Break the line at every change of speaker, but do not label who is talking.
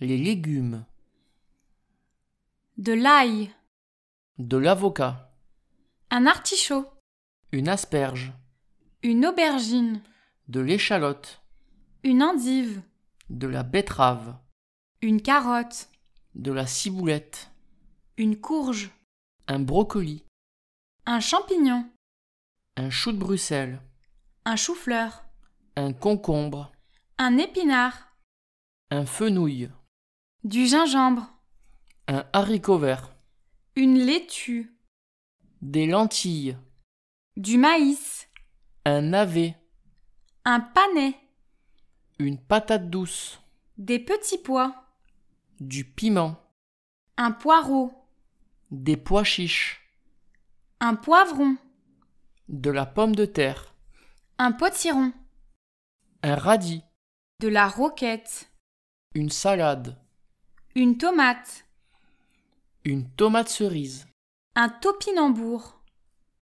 les légumes,
de l'ail,
de l'avocat,
un artichaut,
une asperge,
une aubergine,
de l'échalote,
une endive,
de la betterave,
une carotte,
de la ciboulette,
une courge,
un brocoli,
un champignon,
un chou de Bruxelles,
un chou-fleur,
un concombre,
un épinard,
un fenouil,
du gingembre,
un haricot vert,
une laitue,
des lentilles,
du maïs,
un navet,
un panais,
une patate douce,
des petits pois,
du piment,
un poireau,
des pois chiches,
un poivron,
de la pomme de terre,
un potiron,
un radis,
de la roquette,
une salade,
une tomate,
une tomate cerise.
un topinambour.